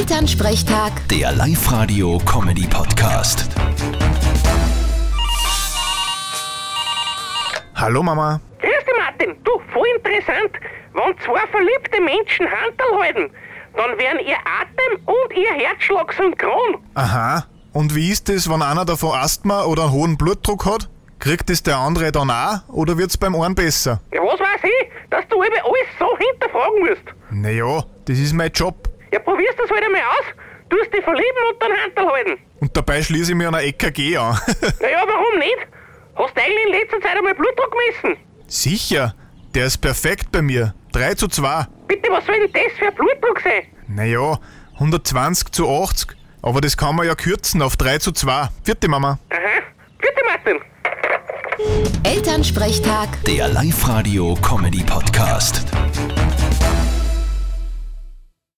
Elternsprechtag, Der Live-Radio-Comedy-Podcast. Hallo Mama. Grüß dich, Martin. Du, voll interessant. Wenn zwei verliebte Menschen Handel halten, dann werden ihr Atem und ihr Herzschlag synchron. Aha. Und wie ist es, wenn einer davon Asthma oder einen hohen Blutdruck hat? Kriegt es der andere dann auch oder wird's beim einen besser? Ja, was weiß ich, dass du eben alles so hinterfragen musst. Naja, das ist mein Job. Ja, probierst das halt einmal aus. Du hast dich verlieben und dann Handel halten. Und dabei schließe ich mir einer EKG an. Naja, warum nicht? Hast du eigentlich in letzter Zeit einmal Blutdruck gemessen? Sicher, der ist perfekt bei mir. 3 zu 2. Bitte, was soll denn das für ein Blutdruck sein? Naja, 120 zu 80. Aber das kann man ja kürzen auf 3 zu 2. Vierte Mama. Aha. Bitte, Martin. Elternsprechtag. Der Live-Radio-Comedy-Podcast.